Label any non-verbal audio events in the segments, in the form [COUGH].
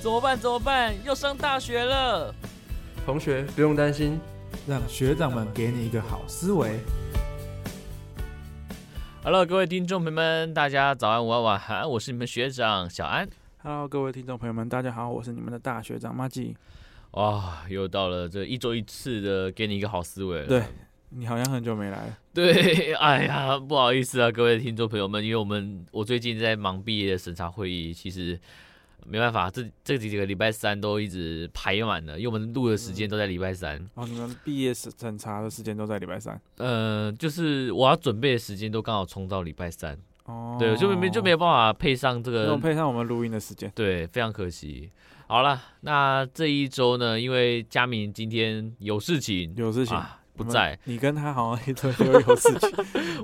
怎么办？怎么办？要上大学了！同学不用担心，让学长们给你一个好思维。 Hello，各位听众朋友们，大家早安、午安、晚安，我是你们学长小安。 Hello，各位听众朋友们，大家好，我是你们的大学长马季。哇、又到了这一周一次的给你一个好思维了。对你好像很久没来了，对，哎呀，不好意思啊，各位听众朋友们，因为我们我最近在忙毕业审查会议，其实没办法，这这几个礼拜三都一直排满了，因为我们录的时间都在礼拜三。哦，你们毕业审审查的时间都在礼拜三。嗯呃，就是我要准备的时间都刚好冲到礼拜三，哦，对，就没就没有办法配上这没有个，配上我们录音的时间。对，非常可惜。好了，那这一周呢，因为佳明今天有事情，有事情嗯啊不在，你们你跟他好像一直都有事 [LAUGHS] 情。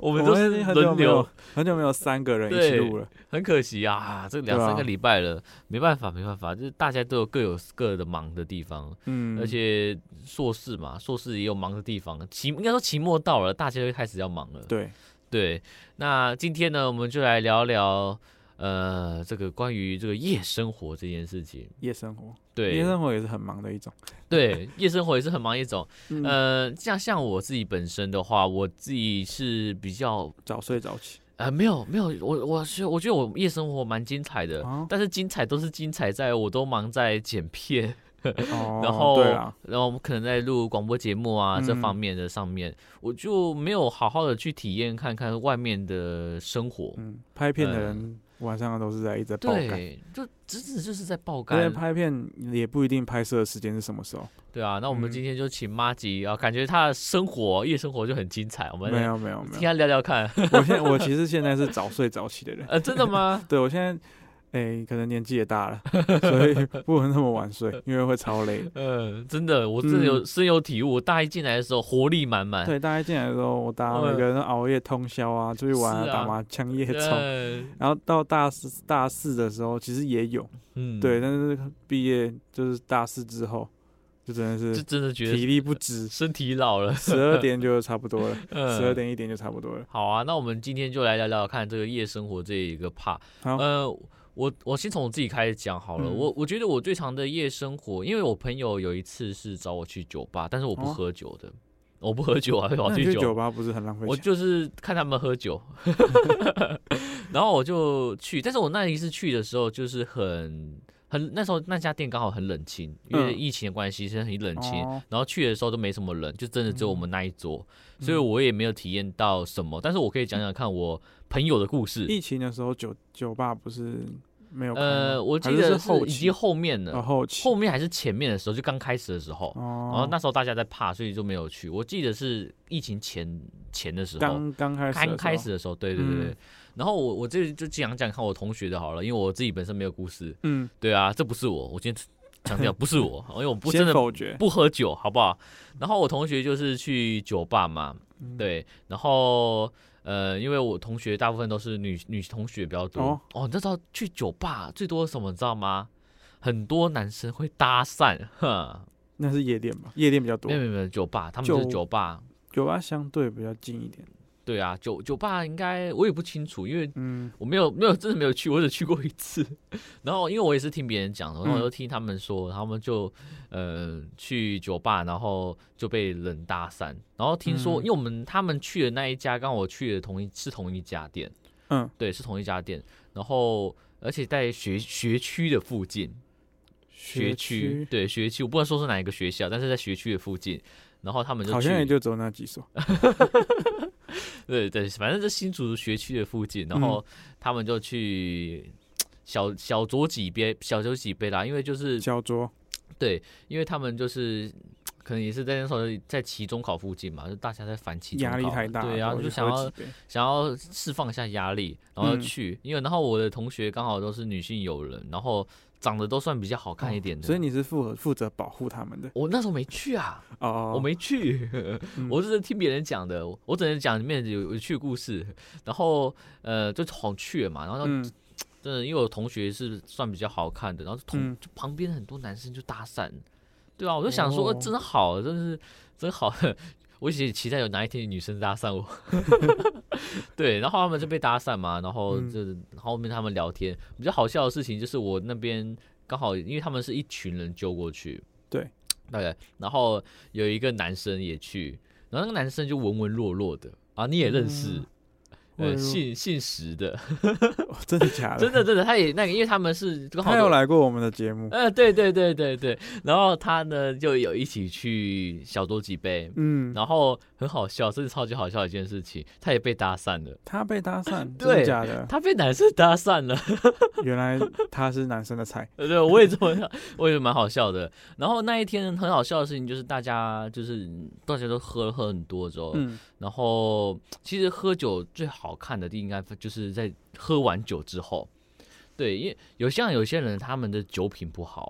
我我们都已是经很久轮没有流，很久没有三个人一起录了。很可惜啊，这两对啊三个礼拜了，没办法，没办法，就是大家都有各有各的忙的地方，嗯，而且硕士嘛，硕士也有忙的地方，期应该说期末到了，大家就开始要忙了。对，对，那今天呢，我们就来聊聊，呃，这个关于这个夜生活这件事情。夜生活，对夜生活也是很忙的一种。对，夜生活也是很忙一种。 [LAUGHS] 嗯，呃，像像我自己本身的话，我自己是比较早睡早 [LAUGHS] 起。呃，没有没有，我我是我觉得我夜生活蛮精彩的，哦但是精彩都是精彩在我都忙在剪片，哦，然后对啊，然后我们可能在录广播节目啊、这方嗯面的上面，我就没有好好的去体验看看外面的生活。嗯，拍片的呃人晚上都是在一直在爆肝。对，就只只就是在爆因为肝，拍片也不一定拍摄的时间是什么时候，对啊。那我们嗯今天就请妈吉啊，感觉她的生活夜生活就很精彩，我们没有没有听没有，她聊聊看。 [LAUGHS] 我现在我其实现在是早睡早起的人，呃，真的吗？对我现在，哎、可能年纪也大了，所以 [LAUGHS] 不能那么晚睡，因为会超累。 [LAUGHS] 嗯、真的，我真的有嗯深有体悟。我大一进来的时候活力满满，对，大家进来的时候，我大家每个人都熬夜通宵啊，出去玩嗯是啊打麻将、夜冲。对，然后到大四大四的时候，其实也有，嗯，对，，但是毕业就是大四之后，就真的就是真的觉体得力不支，身体老 [LAUGHS] 了，十二点就差不多了， [LAUGHS] 嗯，十二。点一点就差不多了。好啊，那我们今天就来聊聊看这个夜生活这一个 part。好呃，我我先从我自己开始讲好了。嗯我我觉得我最长的夜生活，因为我朋友有一次是找我去酒吧，但是我不哦喝酒的，我不喝酒啊，跑那你去去酒酒吧。吧不是很浪费我钱？就是看他们喝酒， [LAUGHS] 然后我就去，但是我那一次去的时候就是很很那时候那家店刚好很冷清，因为嗯疫情的关系，现在很冷清。哦然后去的时候都没什么人，就真的只有我们那一桌，所以嗯我也没有体验到什么。但是我可以讲讲看我朋友的故事。疫情的时候酒酒吧不是没有开吗呃，我还记是得是后已期经后面了，哦后期后面还是前面的时候，就刚开始的时候。哦，然后那时候大家在怕，所以就没有去。我记得是疫情前前的时候，刚刚开始的时刚候开始的时候，对对对对。嗯然后我我这就讲讲看我同学的好了，因为我自己本身没有故事。嗯，对啊，这不是我，我今天强调不是我， [LAUGHS] 因为我不真先的否决不喝酒，好不好？然后我同学就是去酒吧嘛，嗯对，然后呃，因为我同学大部分都是女女同学比较多哦哦你知道去酒吧最多什么，你知道吗？很多男生会搭讪， [LAUGHS] 哼，那是夜店吧，夜店比较多没有，没有没有，酒吧他们就是酒酒吧，酒吧相对比较近一点。对啊，酒酒吧应该我也不清楚，因为嗯，我没有没有真的没有去，我只去过一次。 [LAUGHS] 然后因为我也是听别人讲的，然嗯后我就听他们说，他们就呃去酒吧，然后就被人搭讪。然后听说，嗯因为我们他们去的那一家，刚好我去的同一是同一家店，嗯，对，是同一家店。然后而且在学学区的附近，学区区对学区，我不能说是哪一个学校，但是在学区的附近。然后他们就好像也去就只有那几所。呃对对，反正在新竹学区的附嗯近，然后他们就去小小酌几杯，小酌几杯啦，因为就是小桌对，因为他们就是可能也是在那时候在期中考附近嘛，就大家在烦期中压力考太大了，对啊，我就去想喝要几杯想要释放一下压力，然后嗯去，因为然后我的同学刚好都是女性友人，然后长得都算比较好看一点的，哦所以你是负负责保护他们的我那时候没去啊，哦哦，我没去，[LAUGHS] 嗯我是听别人讲的，我我只能讲里面有有趣故事，然后呃就好去了嘛，然后嗯真的因为我同学是算比较好看的，然后同、嗯就旁边很多男生就搭讪，对啊，我就想说、哦呃真好，真是真好， [LAUGHS] 我也期待有哪一天女生搭讪我， [LAUGHS] 对，然后他们就被搭讪嘛，然后嗯就、后面他们聊天比较好笑的事情就是我那边刚好因为他们是一群人揪过去，对，大概，然后有一个男生也去，然后那个男生就文文弱弱的啊，你也认识，嗯文呃，文弱姓姓石的，哦真的假的？ [LAUGHS] 真的真的，他也那个，因为他们是刚好 [LAUGHS] 他都有来过我们的 [LAUGHS] 节目，呃，对对对对对，然后他呢就有一起去小酌几杯，嗯，然后很好笑，这是超级好笑的一件事情，他也被搭讪了，他被搭讪，真 [LAUGHS] 对的假的？他被男生搭讪了，原来他是男生 [LAUGHS] 的菜，呃对，我也这么想， [LAUGHS] 我也觉得蛮好笑的。然后那一天很好笑的事情就是大家就是大家都喝了喝很多之后，嗯，然后其实喝酒最好看的地应该就是在喝完酒之后，对，因为有像有些人他们的酒品不好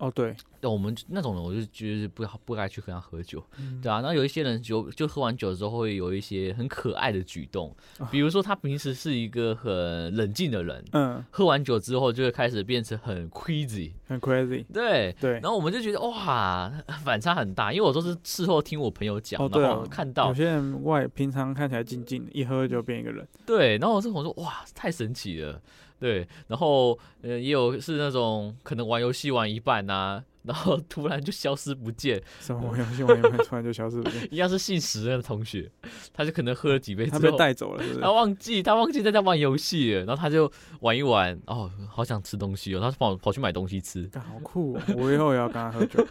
啊，哦对，那我们那种人，我就觉得不不该去跟他喝酒，[LAUGHS] 嗯对啊。那有一些人酒就喝完酒之后会有一些很可爱的举动，哦比如说他平时是一个很冷静的人，嗯，喝完酒之后就会开始变成很 crazy，很 crazy，对。对然，后我们就觉得哇，反差很大，因为我都是事后听我朋友讲，哦对啊然后看到有些人外平常看起来静静的，一喝就变一个人，对，然后我是我说哇，太神奇了，对，然后呃也有是那种可能玩游戏玩一半呐、然后突然就消失不见，什么游戏玩一玩突然就消失不 [LAUGHS] ，见一样是姓石的同学，他就可能喝了几杯之他后，被带走了，是不他是？忘记他忘记在家玩游戏了，然后他就玩一玩，哦，好想吃东西哦，他就跑跑去买东西吃，干好酷哦！我以后也要跟他喝 [LAUGHS] 酒。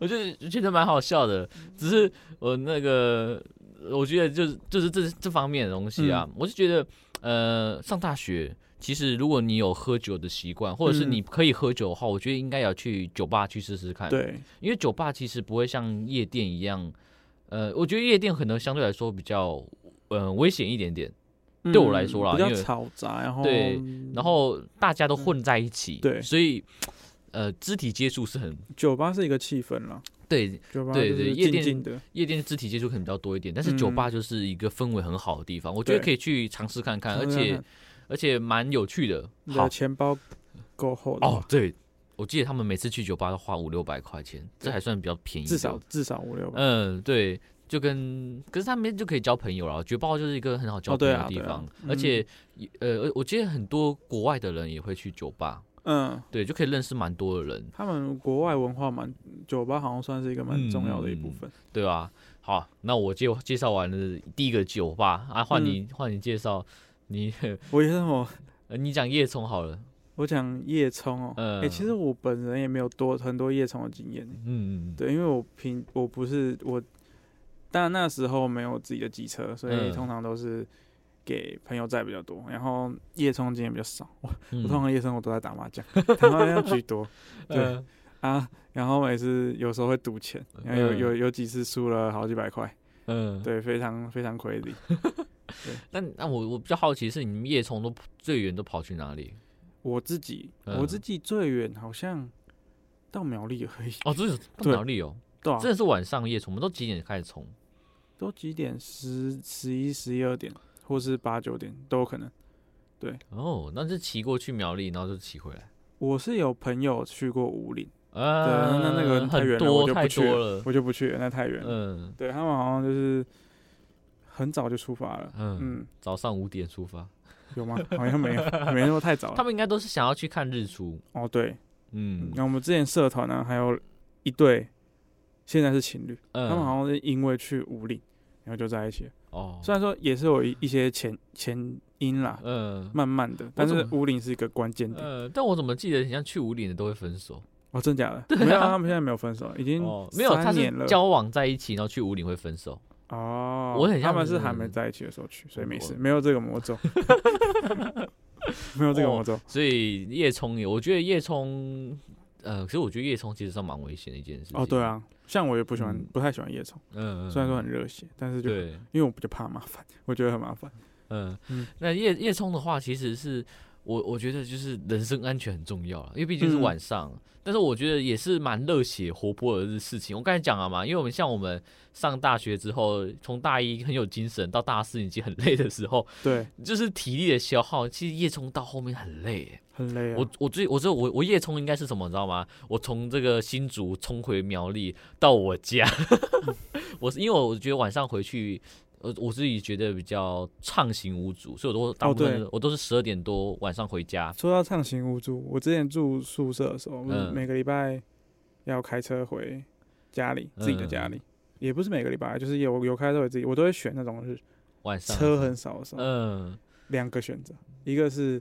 我就觉得蛮好笑的。只是我那个，我觉得就是就是这这方面的东西啊，嗯我就觉得呃，上大学其实如果你有喝酒的习惯，或者是嗯你可以喝酒的话，我觉得应该要去酒吧去试试看。对，因为酒吧其实不会像夜店一样，呃，我觉得夜店可能相对来说比较，嗯、危险一点点。对我来说啦嗯比因较为嘈杂，然后嗯对然后大家都混在一起，对所以呃，肢体接触是很酒吧是一个气氛啦，对，酒吧对就是对夜店静静的，夜店肢体接触可能比较多一点，但是嗯酒吧就是一个氛围很好的地方，我觉得对可以去尝试看看，而常常且看而且蛮有趣的。你好的钱包够厚的话哦，，对，我记得他们每次去酒吧都花五六百块钱，这对还算比较便宜的，至少至少五六吧。嗯，对，就跟可是他们就可以交朋友了。绝报就是一个很好交哦朋对友的啊地对啊方，嗯而且、呃，我记得很多国外的人也会去酒吧，嗯，对，就可以认识蛮多的人，他们国外文化蛮，酒吧好像算是一个蛮重要的一部分。对吧、好，那我介介绍完了第一个酒吧啊，换嗯你换、你介绍，你我觉得我呃你讲叶冲好了，我讲夜冲哦，哎、嗯其实我本人也没有多很多夜冲的经验，嗯，对，因为我平我不是我，但那时候没有自己的机车，所以嗯通常都是给朋友载比较多，然后夜冲经验比较少。我嗯我通常夜生活都在打麻将，打麻将居 [LAUGHS] 多对呃啊，然后每次有时候会赌钱，然后有嗯有有几次输了好几百块，嗯，对。对，非常非常 crazy。那那我我比较好奇是你们叶冲都最远都跑去哪里？我自己，嗯我自己最远好像到苗栗而已，哦，这是到对哪里哦？对啊真，的是晚上夜冲，我们都几点开始冲？都几点？十、十一、十一二点，或是八九点都有可能。哦，那就骑过去苗栗，然后就骑回来。我是有朋友去过五岭，呃，那那个太很远了多我就太不去多了。我就不去了，那太远了。嗯对他们好像就是很早就出发了，嗯，嗯，早上五点出发，有吗？好 [LAUGHS] 像没有，没那么太早他了。们应该都是想要去看日出。哦，对，嗯，那我们之前社团呢，还有一对，现在是情侣，他嗯他们好像是因为去五岭，然后就在一起了。嗯哦，虽然说也是有一一些前前因啦，嗯慢慢的，但是怎么五岭是一个关键点。呃，但我怎么记得好像去五岭的都会分手？哦，真假的？没有啊，他们现在没有分手，已经哦，没有，他三是年了。交往在一起，然后去五岭会分手。哦，我很像他们是是还没在一起的时候去，所以没事，我没有这个 [LAUGHS] 魔咒，没有这个魔咒。所以夜冲也，我觉得夜冲，呃，可是我觉得夜冲其实算蛮危险的一件事情。哦，对，啊，像我也不喜欢嗯，不太喜欢夜冲，嗯，虽然说很热血，但是就对，因为我比较怕麻烦，我觉得很 [LAUGHS] 麻烦。嗯嗯，那夜夜冲的话，其实是我我觉得就是人身安全很重要了，因为毕竟是晚上。但是我觉得也是蛮热血活泼的事情。我刚才讲了嘛，因为我们像我们上大学之后，从大一很有精神到大四已经很累的时候，对，就是体力的消耗。其实夜冲到后面很累欸耶、很累啊。我我最我这我我夜冲应该是什么，你知道吗？我从这个新 [LAUGHS] 竹冲回苗栗到我家，我是因为我觉得晚上回去。呃，我自己觉得比较畅行无阻，所以我都大哦部分对的、我都是十二点多晚上回家。说到畅行无阻，我之前住宿舍的时候，我们嗯每个礼拜要开车回家里，自嗯己的家里，也不是每个礼拜，就是有有开车回自己，我都会选那种是晚上车很少的时候，嗯，两、个选择，一个是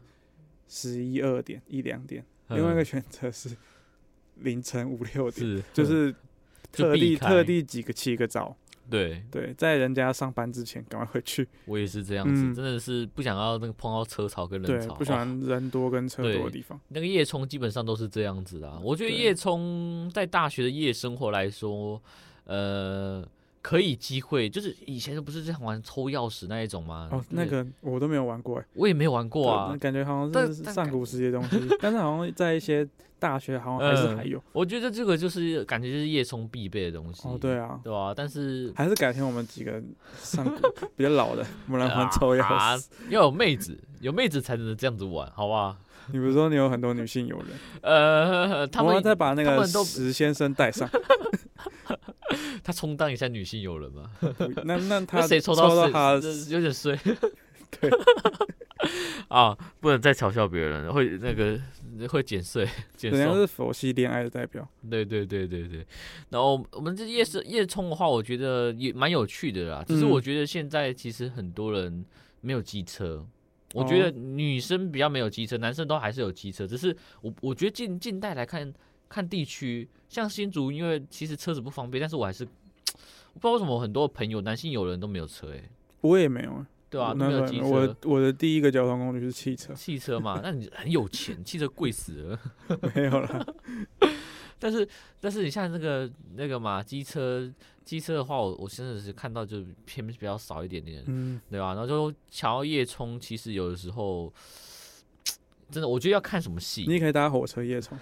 十一二点一两点，嗯另外一个选择是凌晨五六点，是嗯就是就特避地开特地几个起个早，对对，在人家上班之前赶快回去，我也是这样子，嗯真的是不想要那个碰到车潮跟人对，潮，不喜哦欢人多跟车多的地方，那个夜冲基本上都是这样子的啊。我觉得对夜冲在大学的夜生活来说，呃，可以机会就是以前不是在玩抽钥匙那一种吗？哦，那就是个我都没有玩过、欸，我也没有玩过对啊那。感觉好但像是但上感古时 [LAUGHS] 期的东西，但是好像在一些大学好像还是还有。我觉得这个就是感觉就是夜冲必备的东西。哦，对，啊，对吧、啊？但是还是改天我们几个 [LAUGHS] 上古比较老的，我们来玩抽钥匙。啊要有妹子，有妹子才能这样子玩，好不好？ [LAUGHS] 你不是说你有很多女性友人？呃，他我们要再把那他个们都石先生 [LAUGHS] 带上。他充当一下女性友人嘛？那那他那谁抽抽到到是他这有点衰。 [LAUGHS] 对啊，不能再嘲笑别人了，会那个会减税，减人家税。是佛系恋爱的代表。对对对对对。然后我们这夜市夜冲的话，我觉得也蛮有趣的啦。只是嗯我觉得现在其实很多人没有机车。我觉得哦女生比较没有机车，男生都还是有机车，只是我我觉得近近代来看，看地区，像新竹，因为其实车子不方便，但是我还是我不知道为什么我很多朋友男性友人都没有车、欸，我也没有欸，对啊，我都那没有个机车，我的，我的第一个交通工具是汽 [LAUGHS] 车汽车嘛，那你很有钱，汽车贵死了。没有了。但是但是你像那个那个嘛，机车机车的话，我我真的是看到就偏比较少一点点，嗯，对吧、然后就想要夜冲，其实有的时候真的，我觉得要看什么你戏，也可以搭火车夜冲，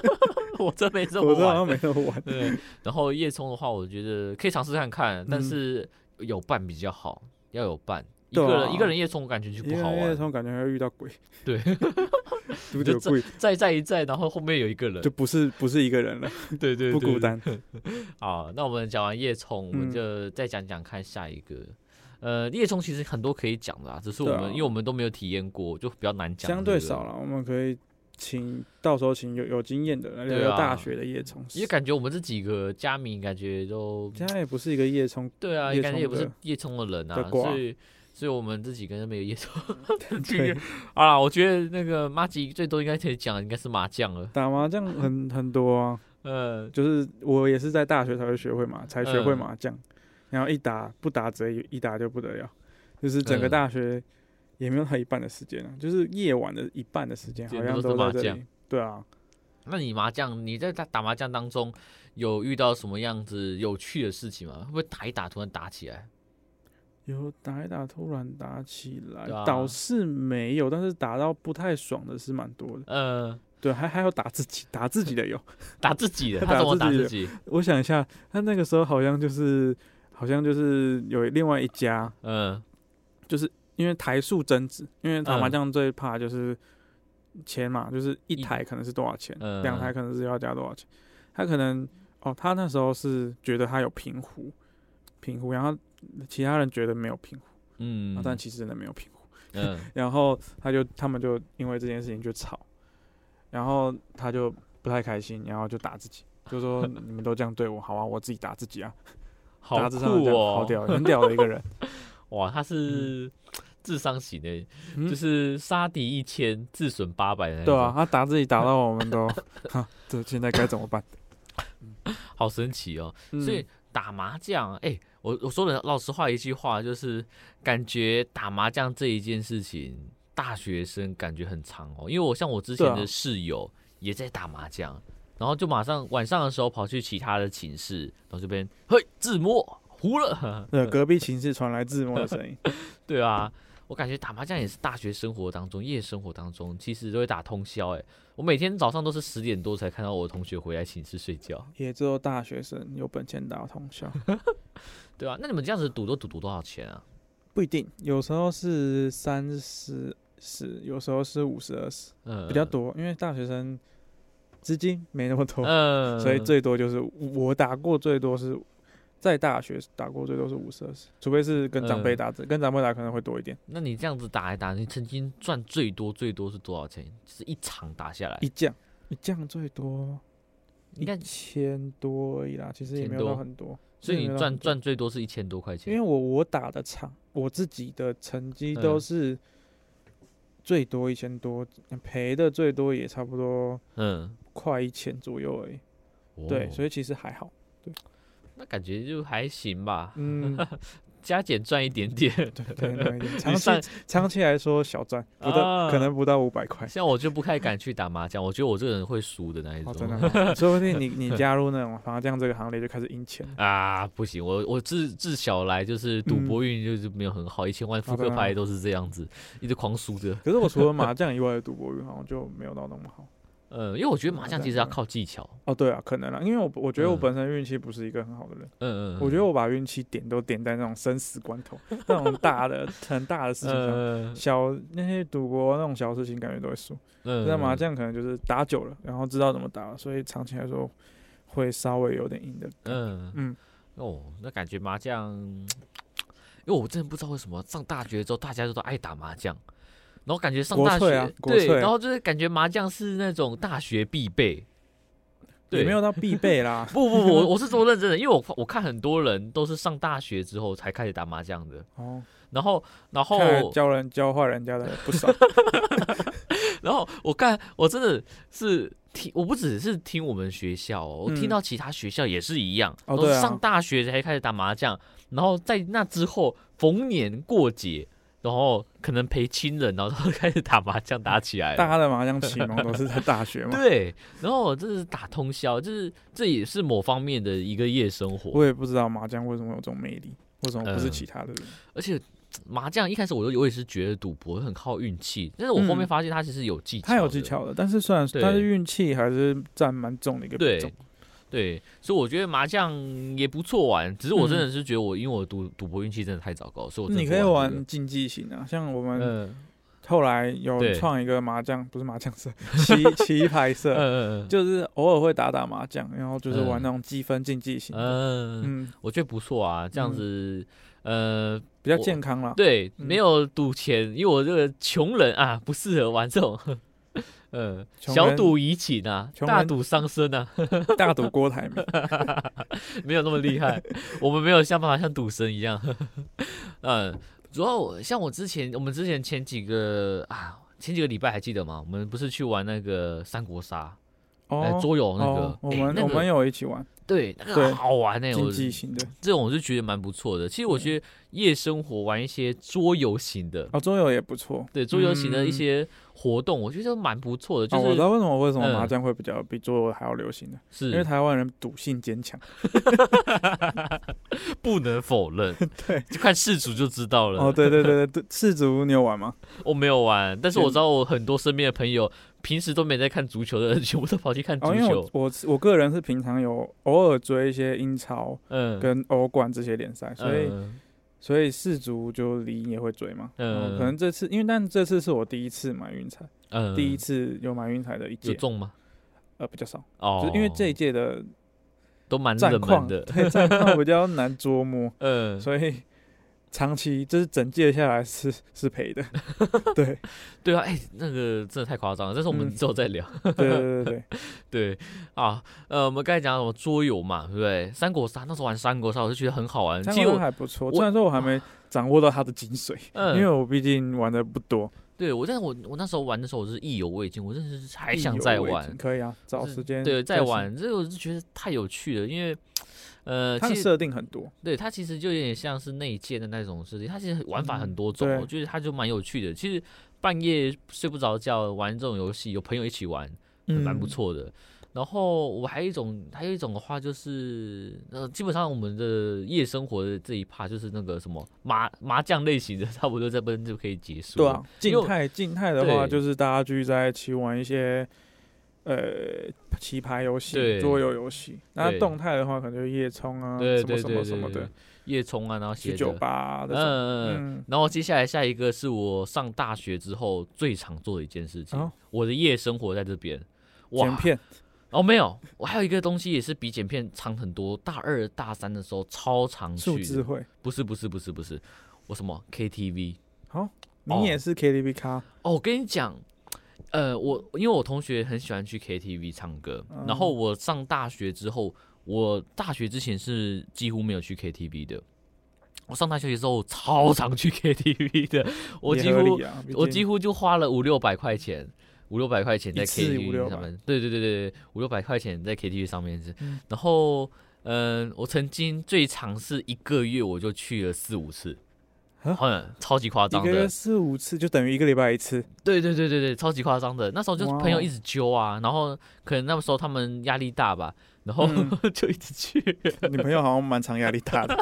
[LAUGHS] 我真没这么火车好玩像。没有玩。对，然后夜冲的话，我觉得可以尝试看看，但嗯是有伴比较好，要有伴。一对个人、啊一个人夜冲，我感觉 [LAUGHS] 就因不好为夜玩。冲感觉会遇到鬼， [LAUGHS] 对，独有鬼再再一再，然后后面有一个人就，不是不是一个人了，对对不孤对单。好，那我们讲完夜冲，我们嗯就再讲讲看下一个。呃，夜冲其实很多可以讲的啊，只是我对啊们、因为我们都没有体验过，就比较难讲，相对不少。了，我们可以请到时候请有有经验的来聊对啊聊大学的夜冲。因为感觉我们这几个家民感觉都家也不是一个夜冲，对啊，夜感觉冲也不是的夜冲的人的啊，瓜所以所以我们这几个人都没有夜冲。 [LAUGHS] 对，好啦，我觉得那个马吉最多应该可以讲的应该是麻将了。打麻将很很多啊，呃，就是我也是在大学才会学会嘛，才学会嗯麻将，然后一打不打直接一打就不得了，就是整个嗯大学也没有到一半的时间啊，就是夜晚的一半的时间对好像都是都麻在这将里。对啊，那你麻将你在打打麻将当中有遇到什么样子有趣的事情吗？会不会打一打突然打起来？有打一打突然打起来对啊，倒是没有，但是打到不太爽的是蛮多的。呃，对，还还有打自己，打自己的有。 [LAUGHS] 打自己的，他他打怎么自打己自的己？我想一下，他那个时候好像就是，好像就是有另外一家，嗯。就是因为台数增值，因为打嗯麻将最怕就是钱嘛，就是一一台可能是多少钱，嗯两、台可能是要加多少钱。他可能哦，他那时候是觉得他有平胡，平胡，然后其他人觉得没有平胡，啊嗯，但其实真的没有平胡。 [LAUGHS] 嗯然后他就他们就因为这件事情就吵，然后他就不太开心，然后就打自己，[LAUGHS] 就说你们都这样对我，好啊，我自己打自己啊，好打智商酷这样哦，好屌，很屌的一 [LAUGHS] 个人，哇，他是智商型的，嗯就是杀敌一千，自损八百的那对啊，种，他打自己打到我 [LAUGHS] 们都，哈，这现在该怎么办？好神奇哦。嗯所以打麻将，哎，我我说的老实话一句话，就是感觉打麻将这一件事情，大学生感觉很长哦，因为我像我之前对的啊室友也在打麻将。然后就马上晚上的时候跑去其他的寝室，然后这边嘿自摸糊了，呃，隔壁寝室传来自摸的声音， [LAUGHS] 对啊，我感觉打麻将也是大学生活当中、夜生活当中，其实都会打通宵、欸。我每天早上都是十点多才看到我同学回来寝室睡觉，也只有大学生有本钱打通 [LAUGHS] 宵，对啊，那你们这样子赌都赌多少钱啊？不一定，有时候是三十十，有时候是五十二十，嗯，比较，多，因为大学生资金没那么多，嗯，所以最多就是我打过最多是在大学打过最多是五十二十，除非是跟长辈打，嗯跟长辈打可能会多一点。那你这样子打来打，你曾经赚最多最多是多少钱？就是一场打下来一，降一降最多哎应该一千多而已啦，其实也千没有到多很多。所以没有你到赚很多赚最多是一千多块因为钱。我我打的场，我自己的成绩嗯都是最多一千多，赔的最多也差不多嗯，快一千左右而已。对，所以以其实还好。那感觉就还行吧， [LAUGHS] 嗯，加减赚一点点。对对对对，长你期上长期来说小赚，不到、可啊能不到五百块。像我就不太敢去打麻将，我觉得我这个人会输的那一哦，种。真的吗， [LAUGHS] 说不定你你加入那种麻将这个行列就开始赢钱。啊，不行，我我自自小来就是赌博运就是没有很好，以前玩嗯好扑的克吗牌都是这样子，一直狂输着。可是我除了麻将以外的赌博运好像就没有到那么好。呃，因为我觉得麻麻将将其实要靠技巧。哦，对啊，可能啦，因为我我觉得我嗯本身运气不是一个很好的人，嗯嗯，我觉得我把运气点都点在那种生死关 [LAUGHS] 头、那种大的很大的事情上。呃小那些赌博那种小事情，感觉都会输。嗯那麻将可能就是打久了，然后知道怎么打了，所以长期来说会稍微有点赢的。嗯嗯，哦，那感觉麻将，因为我真的不知道为什么上大学之后大家都都爱打麻将，然后感觉上国大粹学、啊国对，粹啊然后就是感觉麻将是那种大学必备。也对，没有到必 [LAUGHS]。备啦不不不，我我是说认真的，因为我我看很多人都是上大学之后才开始打麻将的，哦，然后然后看来教人教坏人家的 [LAUGHS] 不少。然后我看我真的是听，我不只是听我们学校、哦，我嗯听到其他学校也是一样，哦都对是啊上大学才开始打麻将，然后在那之后逢年过节。然后可能陪亲人，然后 [LAUGHS] 开始打麻将打起来了大家的麻将启蒙都是在大学嘛。对，然后我这是打通宵，就是这也是某方面的一个夜生活。我也不知道麻将为什么有这种魅力，为什么不是嗯其他的人？而且麻将一开始我就我也是觉得赌博很靠运气，但是我后面嗯发现它其实有技巧，他有技。巧的，但是虽然对但是运气还是占蛮重的一个比重对。对，所以我觉得麻将也不错玩，只是我真的嗯是觉得我、因为我赌赌博运气真的太糟糕，所以我真的你可以不这玩个。竞技型啊，像我们嗯后来有对创一个麻将，不是麻将社， [LAUGHS] [LAUGHS] 棋棋牌嗯社，嗯嗯，就是偶尔会打打麻将，然后就是玩嗯那种积分竞技型的，嗯，嗯，我觉得不错啊，这样子，呃，比较我健康啦。对，嗯没有赌钱，因为我这个穷人啊，不适合玩这种， [LAUGHS] 呃，穷小人赌怡情啊，穷大人赌伤身啊，大赌郭台铭，没有那么厉害，我们没有像办法像赌神一样。 [LAUGHS] 嗯，主要我像我之前，我们之前前几个啊，前几个礼拜还记得吗？我们不是去玩那个三国杀， [LAUGHS] 哎、哦桌游那个，哎哦，我们那个我们有一起玩对，那对个好玩呢、竞我嗯技型的，这种我是觉得蛮不错的。其实我觉得夜生活玩一些桌游型的，哦，桌游也不错。对桌游型的一嗯些活动，我觉得蛮不错的。哦，我就知是、道为什么为什么嗯麻将会比较比桌游还要流行的，因为是台湾人赌性坚强。不能否认， [LAUGHS] 对，就看事主就知道了。哦，[LAUGHS] 对对对对，对赤足你有玩吗？我没有玩，但是嗯我知道我很多身边的朋友平时都没在看足球的，全部都跑去看嗯足哦，因为球我。我我个人是平常有偶尔追一些英超嗯，跟欧冠这些联赛，所以、嗯所以世足就理也会追嘛。嗯，嗯可能这次因为但这次是我第一次买运彩，嗯第一次有买运彩的一有届，中吗？呃比较少，哦就，是因为这一届的都蛮战冷况门的。 [LAUGHS] 对战况比较难捉摸，嗯，所以。长期就是整届下来是 [LAUGHS] 是 [LAUGHS] 赔的，对对啊，哎、那个真的太夸张了，但是我们嗯之后再聊。 [LAUGHS] 对对对对，对啊，呃，我们刚才讲什么桌游嘛，对不对？三国杀那时候玩三国杀，我就觉得很好玩。三其实国我，还不错，我虽然说我还没掌握到它的精髓，因为嗯，我毕竟玩的不多，对我，但是我我那时候玩的时候，我是意犹未尽，我真的是还意想犹再未玩尽。可以啊，找时间对，再行。玩，这个我是觉得太有趣了，因为，呃，它其的实。设定很多，对，它其实就有点像是内建的那种设计，它其实玩法很多种，嗯对我觉得它就蛮有趣的。其实半夜睡不着觉玩这种游戏，有朋友一起玩，嗯蛮不。错的。然后我还有一种，还有一种的话就是，呃，基本上我们的夜生活的这一趴就是那个什么麻麻将类型的，差不多这边就可以结束。对啊，，因为静我态静态的话，对就是大家聚在一起玩一些呃棋牌游戏、对桌游游戏。那对动态的话，可能就夜冲啊，对什么对什对么对什么对的，夜冲啊，然后去写酒吧啊嗯这种。嗯嗯。嗯，然后接下来下一个是我上大学之后最常做的一件事情，哦我的夜生活在这边。哇剪，片哦，没有，我还有一个东西也是比剪片长很多，大二大三的时候超常数去智的，慧。不是不是不是不是，我什么 KTV 好，哦你也是 KTV 咖，哦，我跟你讲，呃，我因为我同学很喜欢去 KTV 唱歌，嗯然后我上大学之后，我大学之前是几乎没有去 KTV 的。我上大学的时候超常去 KTV 的，我也几合乎理啊，毕我竟几乎就花了五六百块钱，五六百块钱在一次五 KTV 六百上面。对对对对，对五六百块钱在 KTV 上面是。嗯然后，嗯、我曾经最长是一个月我就去了四五次，啊嗯，超级夸一张个的月。四五次，就等于一个礼拜一 [LAUGHS] 次。对对对对对，超级夸张的。那时候就是哇哦朋友一直揪啊，然后可能那时候他们压力大吧，然后、嗯 [LAUGHS] 就一直去 [LAUGHS] 你朋友好像蛮常压力大的，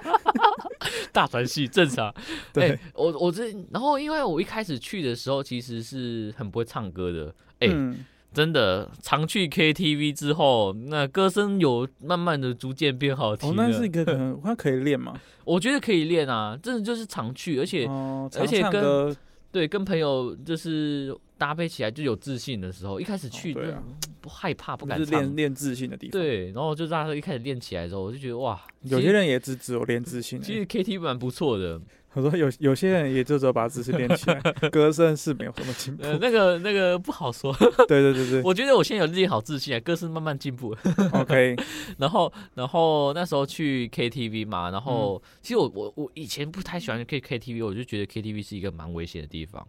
大传系，正常。对哎，我我这，然后因为我一开始去的时候其实是很不会唱歌的， [LAUGHS] 哎、嗯，真的，常去 KTV 之后，那歌声有慢慢的逐渐变好听哦，了。那是一个可 [LAUGHS] 能，他可以练嘛？我觉得可以练啊，真的就是常去，而且、哦，而且常唱跟歌对跟朋友就是搭配起来就有自信的时候，一开始去、哦对啊就不害怕不不敢是练唱，练自信的地方。对，然后就大家一开始练起来的时候，我就觉得哇，有其些实人也只只有练自信而已。其实 KTV 蛮不错的，我说有有些人也就只有把姿势练起来，歌声是没有什 [LAUGHS] 么进步。 [LAUGHS] 呃，那个那个不好说，对对对对我觉得我现在有练好自信啊，歌声慢慢进步。 [LAUGHS] ，OK，然后，然后那时候去 KTV 嘛，然后、嗯其实我我我以前不太喜欢去 K KTV，我就觉得 KTV 是一个蛮危险的地方，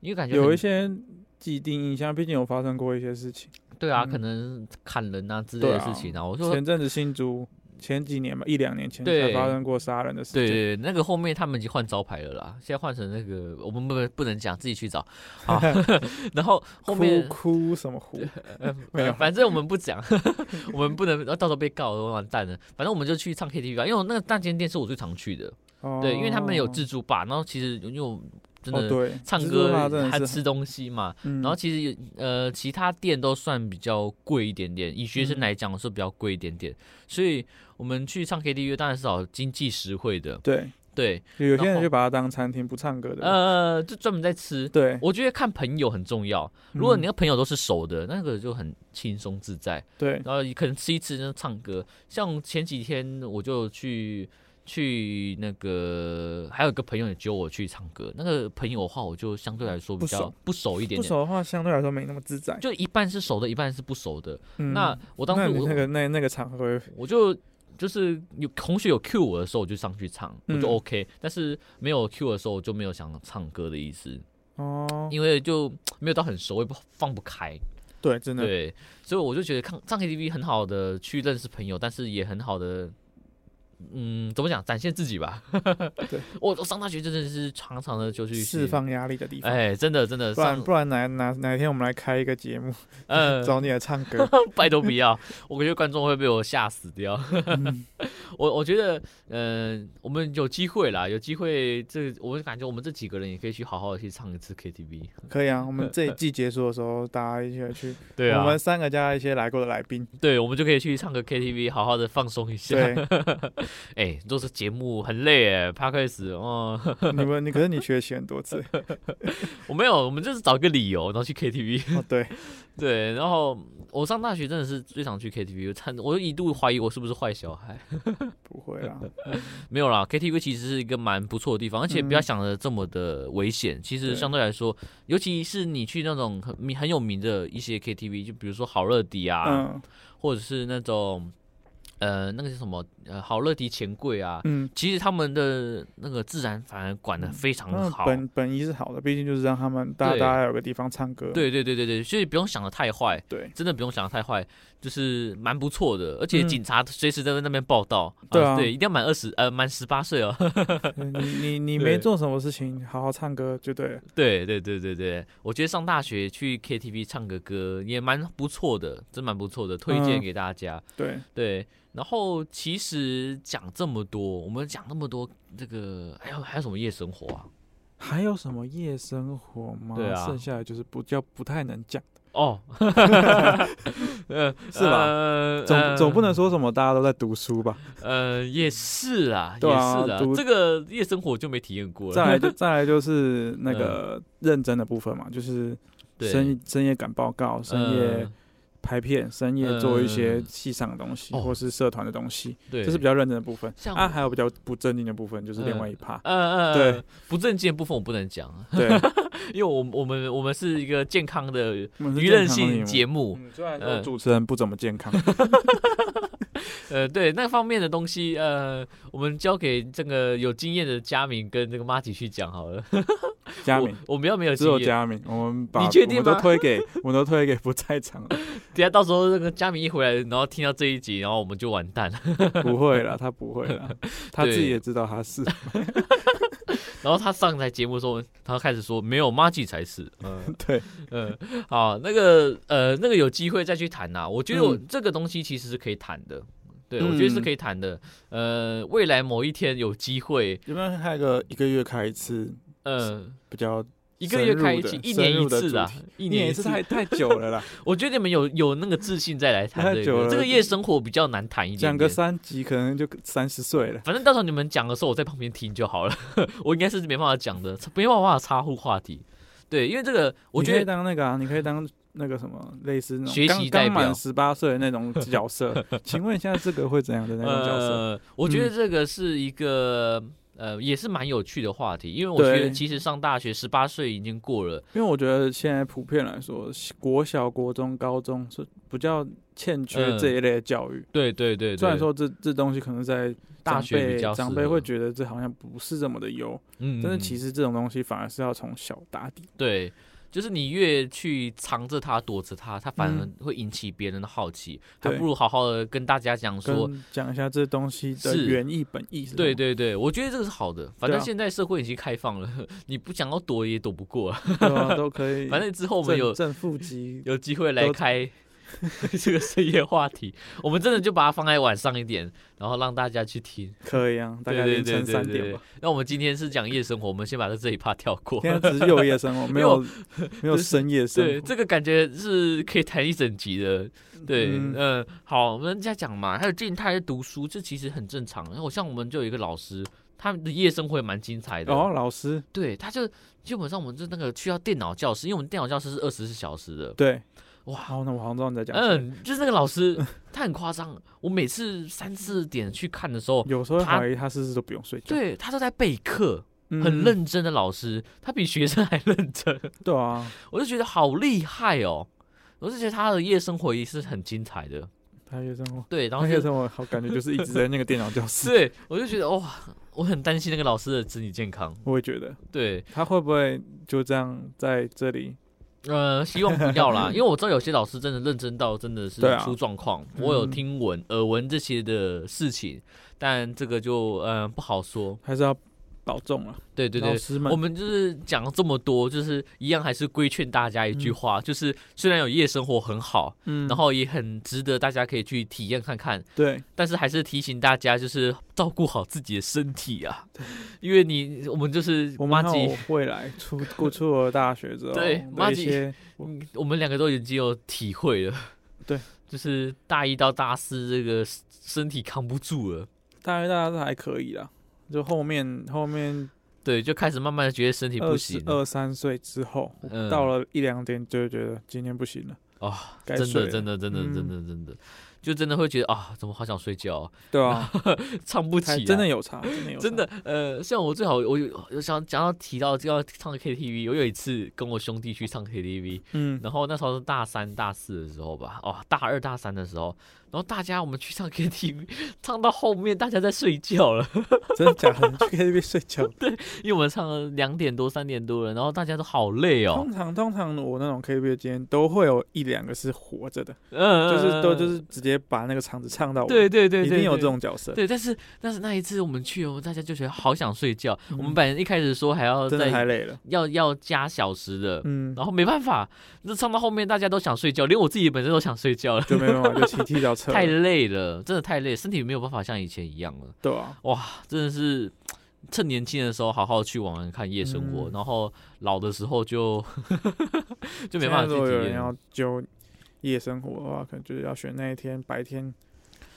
因为感觉很有一些既定印象，毕竟有发生过一些事情。对啊，嗯可能砍人啊之类的对啊事情啊，我说前阵子新竹前几年吧，一两年前对才发生过杀人的事对情。对，对那个后面他们已经换招牌了啦，现在换成那个我们不不能讲，自己去找 [LAUGHS] 啊。然后后面哭哭 [LAUGHS] 什么哭？呃没有反正我们不讲， [LAUGHS] 我们不能，到时候被告完蛋了。反正我们就去唱 KTV 吧，因为我那个那间店是我最常去的，哦对，因为他们有自助吧，然后其实因为我真哦的对，唱蜘蛛歌怕真还的是吃东西嘛，很，嗯然后其实有呃其他店都算比较贵一点点，以学生嗯来讲是比较贵一点点，所以我们去唱 KTV 当然是找经济实惠的，对，对，有些然后人就把它当餐厅不唱歌的。呃，就专门在吃。对，我觉得看朋友很重要，如果你嗯的朋友都是熟的，那个就很轻松自在，对，然后可能吃一吃就唱歌。像前几天我就去。去那个，还有一个朋友也揪我去唱歌。那个朋友的话，我就相对来说比不较熟不熟一点不点，熟的话相对来说没那么自在。就一半是熟的，一半是不熟的。嗯那我当那时你我、那个那那个场合，我就就是有同学有 cue 我的时候，我就上去唱，我就嗯 OK、但是没有 cue 的时候，我就没有想唱歌的意思，哦，因为就没有到很熟，也不放不开。对，真的，对，所以我就觉得看唱 KTV 很好的去认识朋友，但是也很好的。嗯，怎么讲？展现自己吧。对， [LAUGHS] 我我上大学真的是常常的就去释。放压力的地方。哎、真的真的不然上，不然哪哪哪天我们来开一个节 [LAUGHS] 目，呃，找你来唱歌。 [LAUGHS] 拜托不要，我觉得观众会被我吓死掉。嗯 [LAUGHS] 我我觉得，嗯、我们有机会啦，有机会这，我感觉我们这几个人也可以去好好的去唱一次 KTV。可以啊，我们这一季结束的时候，大家一起去。 [LAUGHS] 对啊我们三个加一些来过的 [LAUGHS] 来宾。对，我们就可以去唱个 KTV，好好的放松一下。对，哎、做这节目很累哎 p a r k e s 哦， [LAUGHS] 你们你可是你学习很多次。我没有，我们就是找个理由，然后去 KTV。哦，对， [LAUGHS] 对，然后我上大学真的是最常去 KTV，我差我一度怀疑我是不是坏小孩。不会 [LAUGHS] 啦。没有啦，KTV 其实是一个蛮不错的地方，而且不要嗯想的这么的危险。其实对相对来说，尤其是你去那种很名很有名的一些 KTV，就比如说好乐迪啊，嗯或者是那种呃那个叫什么呃好乐迪钱柜啊，嗯，其实他们的那个自然反而管的非常那好。嗯本本意是好的，毕竟就是让他们大对大家有个地方唱歌。对对对对对，所以不用想的太坏， [LAUGHS] 对真的不用想的太坏，就是蛮不错的。而且嗯警察随时都在那边报道，对啊对，一定要满二十呃满十八岁哦。嗯你你你对没做什么事情，好好唱歌就对了。对对对对对，我觉得上大学去 KTV 唱个歌也蛮不错的，真蛮不错的，推荐嗯给大家。对，对，然后其实讲这么多，我们讲那么多这个，还有还有什么夜生活啊？还有什么夜生活吗？对啊剩下的就是不叫不太能讲，哦， [LAUGHS] 呃，是吧呃总、呃总不能说什么大家都在读书吧？呃，也是啦，对啊也是啦，读这个夜生活就没体验过再了。[LAUGHS] 来就再来就是那个认真的部分嘛，就是嗯对，嗯深深夜赶报告、深夜呃拍片，深夜做一些嗯戏上的东西，哦或是社团的东西，对，这是比较认真的部分。像啊，还有比较不正经的部分，就是另外一趴。 [LAUGHS] 呃，对呃不正经的部分我不能讲，啊对，因为我我们我们是一个健康的我们是娱健乐康的性节节目。目，嗯，虽然呃说主持人不怎么健 [LAUGHS] 康，呃，对那方面的东西，呃，我们交给这个有经验的佳明跟这个妈吉去讲好了。佳明我，我们要没有只经有验，佳明，我们把你确定我们吗都推给，我们都推给不在 [LAUGHS] 场的。等一下到时候那个佳明一回来，然后听到这一集，然后我们就完蛋了。 [LAUGHS] 不会啦，他不会啦，他自己也知道他是。然后他上台节目的时候，他开始说没有妈吉才是，嗯 [LAUGHS] 对，嗯，好，那个呃，那个有机会再去谈呐、啊我觉得我嗯这个东西其实是可以谈的。对，我觉得是可以谈的。呃，未来某一天有机会，有没有还有个一个月开一次呃，比较？一个月开一深期入，的一年一深入次的啊主，一一年年一一次次太太久了啦，我觉得你们有有那个自信再来 [LAUGHS] 谈太这久个，了这个夜生活比较难 [LAUGHS] 谈一点讲个点。三集可能就三十岁了。反正到时候你们讲的时候，我在旁边听就好了。 [LAUGHS] 我应该是没办法讲的，没办法插入话题。对，因为这个，我你可觉得以当那个啊，你可以当那个什么类似那学种习刚代刚表满十八岁的那种 [LAUGHS] 角色。请问一下，这个会怎样的那种角色？嗯呃，我觉得这个是一个呃，也是蛮有趣的话题，因为我觉得对其实上大学十八岁已经过了，因为我觉得现在普遍来说，国小、国中、高中是比较欠缺嗯这一类的教育。对对对对，虽然说这这东西可能在大长学辈比较长适辈合会觉得这好像不是这么的优，嗯，但是其实实这种东西反而是要从小打底。对。就是你越去藏着它、躲着它，它反嗯而会引起别人的好奇，还对不如好好的跟大家讲说，跟讲一下这东西的是原意本意是什么对对对，我觉得这个是好的。反正对啊现在社会已经开放了， [LAUGHS] 你不想要躲也躲不过 [LAUGHS] 啊。对啊都可以。 [LAUGHS] 反正之后我们正有正负极有机会来都 [LAUGHS] 开 [LAUGHS] 这个深夜话题，我们真的就把它放在晚上一点，然后让大家去听。可以啊，大对概对凌对晨对三对点对吧。。那我们今天是讲夜生活，我们先把这这一趴跳过。现在只是幼 [LAUGHS] 夜生活，没有 [LAUGHS] 没有就是深夜生对，活。这个感觉是可以谈一整集的。对，嗯嗯、好，我们再讲嘛。还有最近他还在读书，这其实很正常。然后像我们就有一个老师，他的夜生活也蛮精彩的。哦，老师，对，他就基本上我们就那个去到电脑教室，因为我们电脑教室是二十四小时的。对，哇，好，那我好像知道你在讲什么。嗯，就是那个老 [LAUGHS] 师，他很夸张。我每次三四点去看的时候，有时候会他怀疑他是不是都不用睡觉，对他都在备课，嗯，很认真的老师，他比学生还认真， [LAUGHS] 对啊，我就觉得好厉害哦。我就觉得他的夜生活也是很精彩的。他夜生活，对，然后他就夜生活好感觉就是一直在那个电脑教室。对，我就觉得哇，我很担心那个老师的身体健康。我也觉得对，他会不会就这样在这里？呃，希望不要啦，因为我知道有些老师真的认真到真的是对啊出状况，我有嗯听闻、耳闻这些的事情，但这个就呃不好说。还是要保重啊，对对老对，师们我。们就是讲了这么多，就是一样还是规劝大家一句话，就是虽然有夜生活很好，嗯然后也很值得大家可以去体验看看，对，但是还是提醒大家就是照顾好自己的身体啊，因为你我们就是我妈们还吉有未来出过出了大学之后，对的妈一吉些嗯，我们两个都已经有体会了，对， [LAUGHS] 就是大一到大四这个身体扛不住了，大学大家都还可以啦，就后面后面对，就开始慢慢的觉得身体不二十行二三岁之后，嗯到了一两点就会觉得今天不行了，哦，该真睡的了真的真的真的真的，就真的会觉得啊， [LAUGHS] 怎么好想睡觉哦，对啊，唱不才起，啊真的。有差，真的有差，真的，呃，像我最好，我有有想讲到提到就要唱 KTV，我有一次跟我兄弟去唱 KTV，嗯， [LAUGHS] 然后那时候是大三、大四的时候吧，哦，大二、大三的时候，然后大家我们去唱 KTV，唱到后面大家在睡觉了，真的假的？你去 KTV 睡觉？因为我们唱了两点多、三点多了，然后大家都好累哦 [LAUGHS] 通，常通常我那种 KTV 的间都会有一两个是活着的，嗯，，就是都就是是直接把那个场子唱到完，对对对，一对定有对这种角色，对，但是但是那一次我们去，我们大家就觉得好想睡觉，我们嗯本来一开始说还要真的太再累了，要要加小时的， [LAUGHS] 嗯，然后没办法，这唱到后面大家都想睡觉，连我自己本身都想睡觉了，就没办法，就提提早撤了，太累了，真的太累，身体没有办法像以前一样了，对啊，真的是趁年轻的时候好好去玩玩看夜生活，嗯然后老的时候就 [LAUGHS] 就没现办法去在如果有体人验。要揪夜生活的话，可能就是要选那一天白天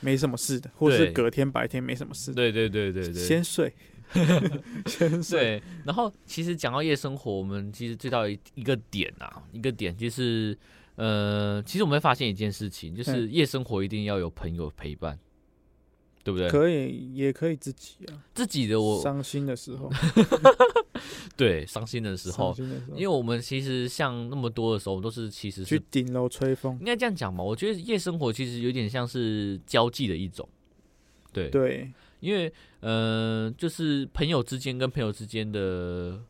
没什么事的，或对是隔天白天没什么事的，对对对对对。[LAUGHS] 先睡，先睡，对，然后其实讲到夜生活，我们其实最到一一个点啊，一个点就是呃，其实我们会发现一件事情，嗯就是夜生活一定要有朋友陪伴，对不对？可以也可以自己啊，自己的我伤心的时候，对伤心 [LAUGHS] 的时伤候，心的时候，因为我们其实像那么多的时候，我们都是其实去是顶楼吹风，应该这样讲吧。我觉得夜生活其实有点像是交际的一种，对，对，因为呃，就是朋友之间跟朋友之间的。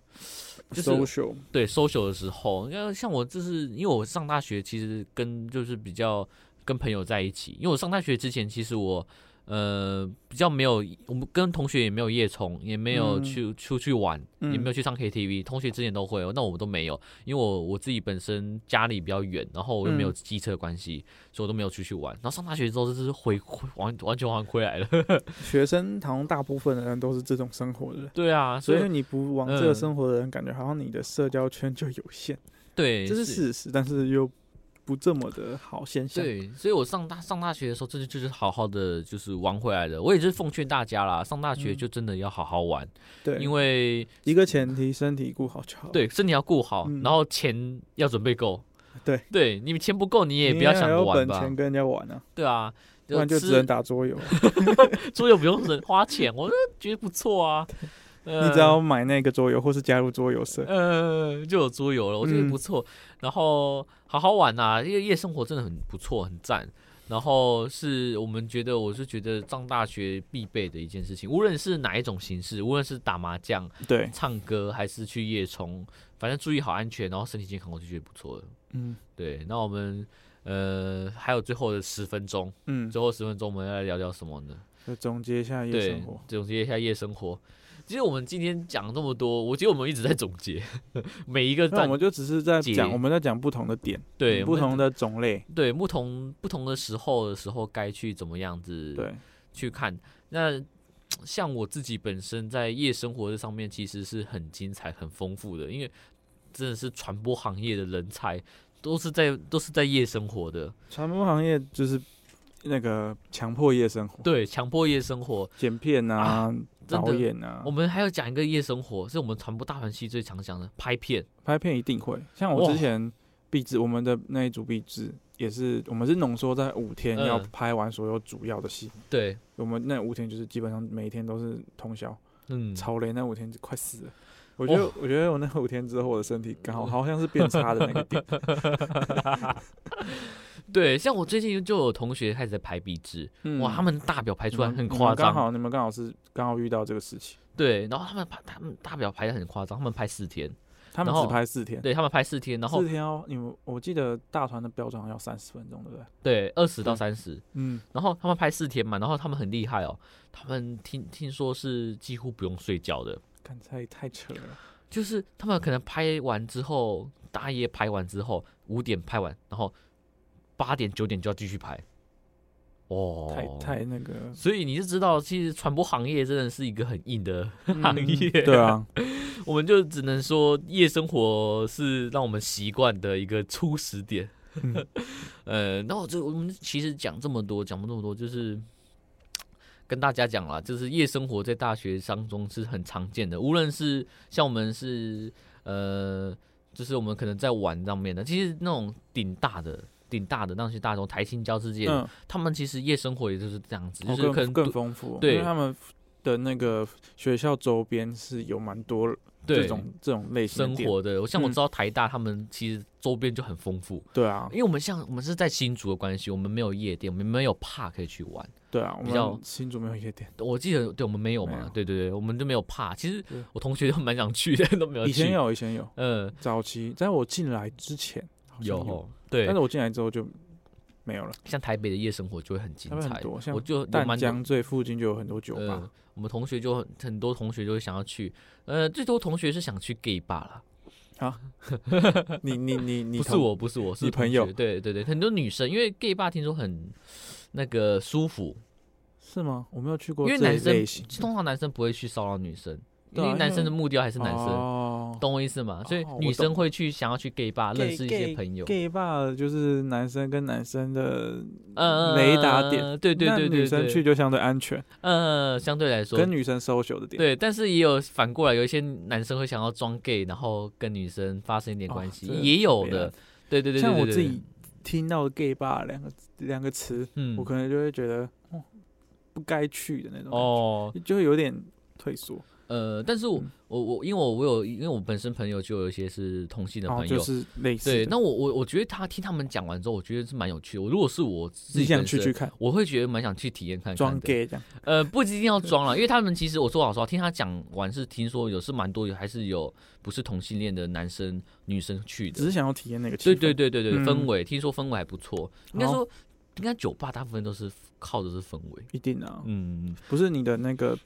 就是 social 对 social 的时候，因为像我就是因为我上大学其实跟就是比较跟朋友在一起，因为我上大学之前其实我呃比较没有，我们跟同学也没有夜冲，也没有嗯去、出去玩，也没有嗯去唱 KTV，、同学之前都会哦，那我们都没有，因为我我自己本身家里比较远，然后我又没有嗯机车的关系，所以我都没有出去玩。然后上大学之后就是回回完完全还回来了， [LAUGHS] 学生好像大部分的人都是这种生活的人，对啊，所所以以你不往这个嗯生活的人，感觉好像你的社交圈就有限，对这是事实，但是又不这么的好现象。对，所以我上大上大学的时候，真的就是好好的就是玩回来的。我也是奉劝大家啦，上大学嗯就真的要好好玩，对，因为为一个前提，身体顾好就好。对身体要顾好，嗯然后钱要准备够。 [LAUGHS] 对对，你们钱不够，你你也不要想有着玩本吧钱。跟人家玩啊，对啊，不然就只吃能打桌游。桌游不用人花钱，我就觉得不错啊。 [LAUGHS] [LAUGHS] 你你只要买那个桌游，或是加入桌 [LAUGHS] 游社，呃，就有桌游了，我觉得嗯不错。然后好好玩呐、因为夜生活真的很不错，很赞。然后是我们觉得，我是觉得上大学必备的一件事情，无论是哪一种形式，无论是打麻将、对，唱歌，还是去夜冲，反正注意好安全，然后身体健康，我就觉得不错了。嗯对，那我们呃还有最后的十分钟，嗯，最后十分钟我们要来聊聊什么呢？就总结一下夜对生活，，总结一下夜生活。其实我们今天讲这么多，我觉得我们一直在总结 [LAUGHS] 每一个那段我们就只是在解讲，我们在讲不同的点，对不同的的种类，对不同不同的时候的时候该去怎么样子对，去看。那像我自己本身在夜生活这上面其实是很精彩、很丰富的，因为真的是传播行业的人才都是在都是在夜生活的，传播行业就是那个强迫夜生活，对，强迫夜生活。剪片啊，真导的演啊我，们还要讲一个夜生活，是我们传播大环系最常讲的拍片，拍片一定会。像我哇之前壁纸，我们的那一组壁纸也是，我们是浓缩在五天嗯要拍完所有主要的戏，对，我们那五天就是基本上每天都是通宵，嗯，超累，那五天就快死了。我觉得，哦我觉得我那五天之后，我的身体 [LAUGHS] 刚好好像是变差的那个点。对，像我最近就有同学开始在排壁纸，嗯哇，他们大表排出来你们很你们夸张刚，好你们刚好是刚好遇到这个事情，对，然后他们排他们大表排的很夸张，他们排四天，他们然后只拍四天，对他们排四天，然后四天哦。你们我记得大团的标准好像要三十分钟，对不对？对二十到对三十，嗯，然后他们拍四天嘛，然后他们很厉害哦，他们听听说是几乎不用睡觉的，看太太扯了。就是他们可能拍完之后，大夜拍完之后，五点拍完，然后八点九点就要继续拍，哦，太太那个所以你就知道，其实传播行业真的是一个很硬的行业、嗯对，啊，我们就只能说夜生活是让我们习惯的一个初始点。嗯 [LAUGHS] 呃，那我这我们其实讲这么多，讲了这么多，就是跟大家讲啦，就是夜生活在大学当中是很常见的，无论是像我们是呃，就是我们可能在玩上面的，其实那种顶大的。顶大的那些大众台新交世界的，嗯，他们其实夜生活也就是这样子，就哦是可能更更丰富，对因为他们的那个学校周边是有蛮多对这种这种类型的生店，活的。我像我嗯知道台大他们其实周边就很丰富，对啊因，为我们像我们是在新竹的关系，我们没有夜店，我们没有 p 可以去玩。对啊，我比较们新竹没有夜店，我记得对我们没有没嘛有，对对对，我们就没有 p 其实对我同学都蛮想去的， [LAUGHS] 都没有去。以前，有，以前有，嗯，早期在我进来之前好像有有，哦，对但是，我进来之后就没有了。像台北的夜生活就会很精台北很彩多，像我就有淡蛮多江最附近就有很多酒吧嗯，，我们同学就很很多同学就会想要去，呃，最多同学是想去 gay bar 啦，你 [LAUGHS] 你你你嗯不是同我，不是我，是你同朋友学对对对，很多女生，因为 gay bar 听说很那个舒服，是吗？我没有去过因这为一男生类型，通常男生不会去骚扰女生，因对啊为男生的目标还是男生，哦懂我意思吗？所以哦我女生懂会去想要去 gay bar 认 gay- 识一些 gay- 朋友， gay bar 就是男生跟男生的呃，雷达点，对对那对女对生去对，就相对安全，呃，相对来说，跟女生 social 的点，对，但是也有反过来，有一些男生会想要装 gay，然后跟女生发生一点哦关系，这也有北的兰，对对对对对，像我对自己听到 “gay 吧”两个两个词，嗯我可能就会觉得，哦，不该去的那种，，哦，就会有点退缩。呃，但是我嗯我我，因为我我有，因为我本身朋友就有一些是同性的然后朋友哦就，是类似的，对，那我我我觉得他听他们讲完之后，我觉得是蛮有趣的。我如果是我自你己想本去身去看，我会觉得蛮想去体验看看装的。 gay 这样，呃，不一定要装了，因为他们其实我说老实话，听他讲完是听说有是蛮多有还是有不是同性恋的男生女生去只是的。想要体验那个气对氛。对对对对，嗯氛围听说氛围还不错，应该好说应该酒吧大部分都是靠的是氛围。一定啊，嗯，不是你的那个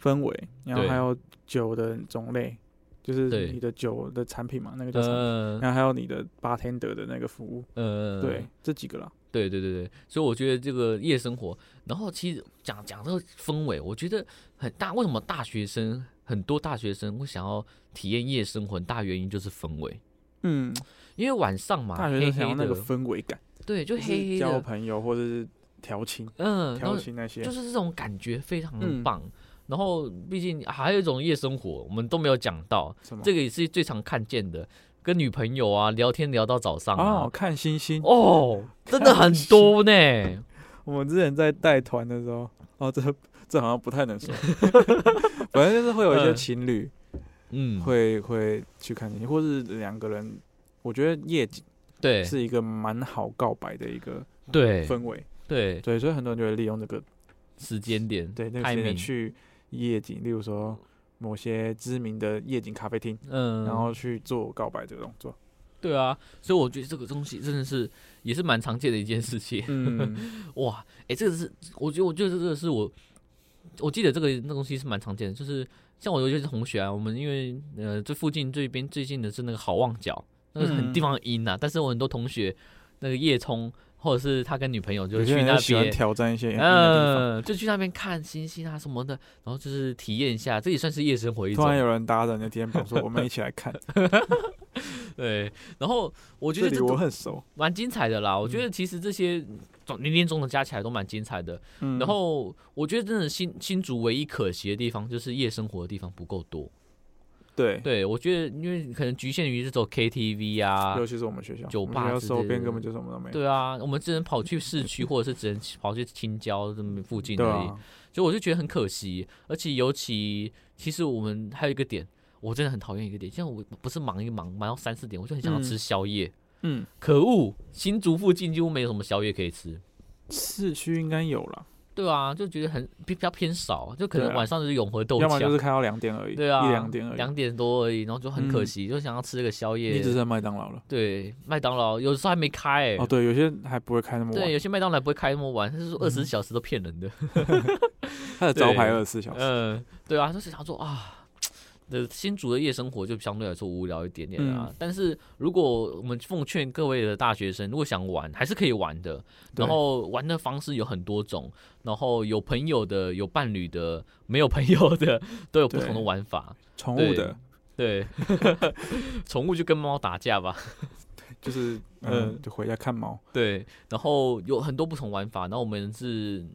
氛围，然后对还有酒的种类，就是对你的酒的产品嘛，那个叫什么？呃然后还有你的 bartender 的那个服务，呃，对，这几个啦。对对对对，所以我觉得这个夜生活，然后其实讲讲这个氛围，我觉得很大。为什么大学生很多大学生会想要体验夜生活？很大原因就是氛围，嗯，因为晚上嘛，大学生黑想要黑那的，个氛围感，对，就就黑是黑交的，朋友或者是调情、嗯，然调后情那些就，是这种感觉非常嗯的棒。然后毕竟还有一种夜生活，我们都没有讲到，什么这个也是最常看见的，跟女朋友啊聊天聊到早上啊，哦，看星星。哦，真 [LAUGHS] 的很多呢。我们之前在带团的时候，哦，这这好像不太 [LAUGHS] 能说，反正就是会有一些嗯情侣嗯，会会去看星星，或是两个人，我觉得夜景。对是一个蛮好告白的一个对氛围，对，对，所以很多人就会利用这个时间点，对那个时 timing 间去夜景，例如说某些知名的夜景咖啡厅，嗯，然后去做告白这个动作。对啊，所以我觉得这个东西真的是也是蛮常见的一件事情。 [LAUGHS] 嗯，哇，哎、这个是我觉得，我觉得这个是我，我记得这个那东西是蛮常见的，就是像我有一些同学啊，我们因为呃这附近这边最近的是那个好望角，那个很嗯地方很阴啊，但是我很多同学那个夜冲，或者是他跟女朋友就有些去人那就喜欢边。挑战一些阴的嗯，就去那边看星星啊什么的，然后就是体验一下，这也算是夜生活一地种方，突。然有人搭着你的肩膀说：“我们一起来看。对，然后”我觉这得里这我都很熟。蛮精彩的啦。我觉嗯得其实这些总零零总总加起来都蛮精彩的。嗯然后我觉得真的新新竹唯一可惜的地方就是夜生活的地方不够多。对，对，我觉得因为可能局限于这种 KTV 啊尤，其是我们学校，酒我们吧学校之周类边的根本就什么都没有。对啊，我们只能跑去市区，或者是只能跑去青椒这么附近对而已。啊，所以我就觉得很可惜，而且尤其其实我们还有一个点，我真的很讨厌一个点，像我不是忙一忙忙到三四点，我就很想要嗯吃宵夜。嗯，可恶，新竹附近几乎没有什么宵夜可以吃。市区应该有了，对啊，就觉得很比比较偏少，就可对能啊晚上就是永和豆要么就浆是，开到两点而已，对啊，一两点而已。嗯两点多而已，然后就很可惜，就想要吃这个宵夜你。只剩麦当劳了。对，麦当劳有时候还没开、欸，哦，嗯对，有些还不会开那么晚对，。有些麦当劳不会开那么晚，他是说二十小时都骗人的。它的招牌对二十四小时。嗯，对啊，就是想说啊，的新竹的夜生活就相对来说无聊一点点嗯啊。但是如果我们奉劝各位的大学生，如果想玩，还是可以玩的。对然后玩的方式有很多种，然后有朋友的、有伴侣的、没有朋友的， [LAUGHS] 都有不同的对玩法。宠物对的，对， [LAUGHS] 宠物就跟猫打架吧。就是嗯、嗯就回家看猫。对，然后有很多不同玩法，然后我们是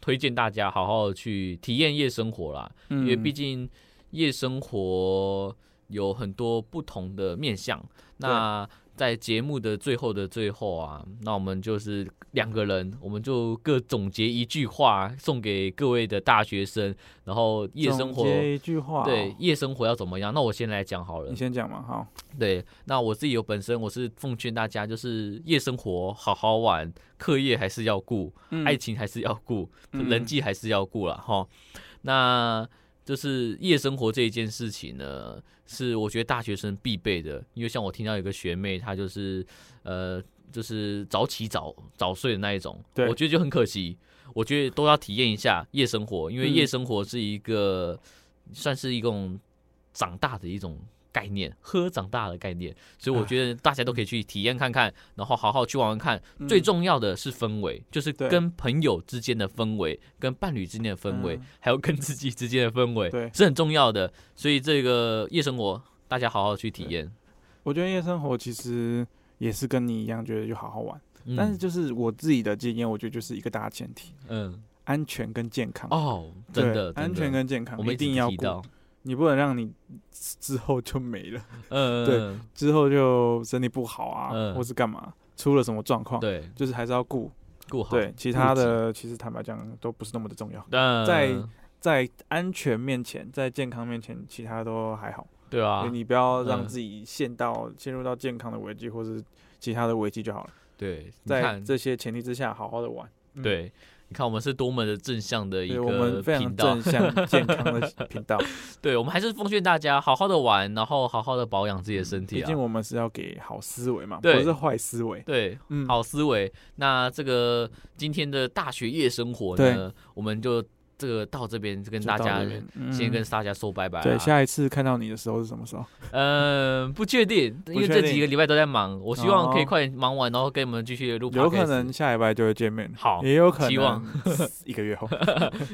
推荐大家好好地去体验夜生活啦。嗯因为毕竟夜生活有很多不同的面向。那在节目的最后的最后啊，那我们就是两个人，我们就各总结一句话送给各位的大学生，然后夜生活嗯总。结一句话、哦对，夜生活要怎么样？那我先来讲好了你。先讲嘛，好，对，那我自己有本身我是奉劝大家，就是夜生活好好玩，课业还是要顾，嗯爱情还是要顾，嗯人际还是要顾了哈。那就是夜生活这一件事情呢，是我觉得大学生必备的，因为像我听到有个学妹，她就是呃，就是早起早早睡的那一种，对我觉得就很可惜。我觉得都要体验一下夜生活，因为嗯夜生活是一个、算是一种长大的一种概念，喝长大的概念，所以啊我觉得大家都可以去体验看看，然后好好去玩玩看。嗯最重要的是氛围，就是对跟朋友之间的氛围、跟伴侣之间的氛围，嗯还有跟自己之间的氛围，对是很重要的。所以这个夜生活，大家好好去体验。我觉得夜生活其实也是跟你一样，觉得就好好玩，嗯但是就是我自己的经验，我觉得就是一个大前提，嗯，安全跟健康。哦，对，真的，安真的全跟健康我们一直定要提顾到，，你不能让你之之后就没了，嗯，对之后就身体不好啊，嗯或是干嘛，出了什么状况，对，就是还是要顾。顾好。对，其他的其实坦白讲都不是那么的重要，但在在安全面前，在健康面前，其他都还好。对啊所以，你不要让嗯自己陷到陷入到健康的危机或是其他的危机就好了。对，你在看，这些前提之下，好好的玩。嗯，对，你看我们是多么的正向的一对我们个非频常道正，向健康的频 [LAUGHS] 道，对我们还是奉劝大家好好的玩，然后好好的保养自己的身体毕啊竟。我们是要给好思维嘛，不对是坏思维。对，嗯，，好思维。那这个今天的大学夜生活呢，我们就这个到这边跟大家先跟大家说拜拜、啊。嗯对，下一次看到你的时候是什么时候？嗯，不确定，因为这确几定个礼拜都在忙，我希望可以哦快点忙完，然后跟你们继续录 podcast。有可能下礼拜就会见面，好也有可能希望 [LAUGHS] 一个月后。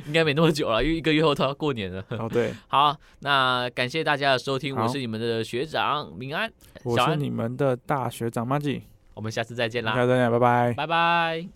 应该没那么久了，因为一个月后都要过年了。哦，对， [LAUGHS] 好，那感谢大家的收听，我好是你们的学长明安，我小是安你们的大学长马吉，我们下次再见大家啦，再见，拜拜。拜拜。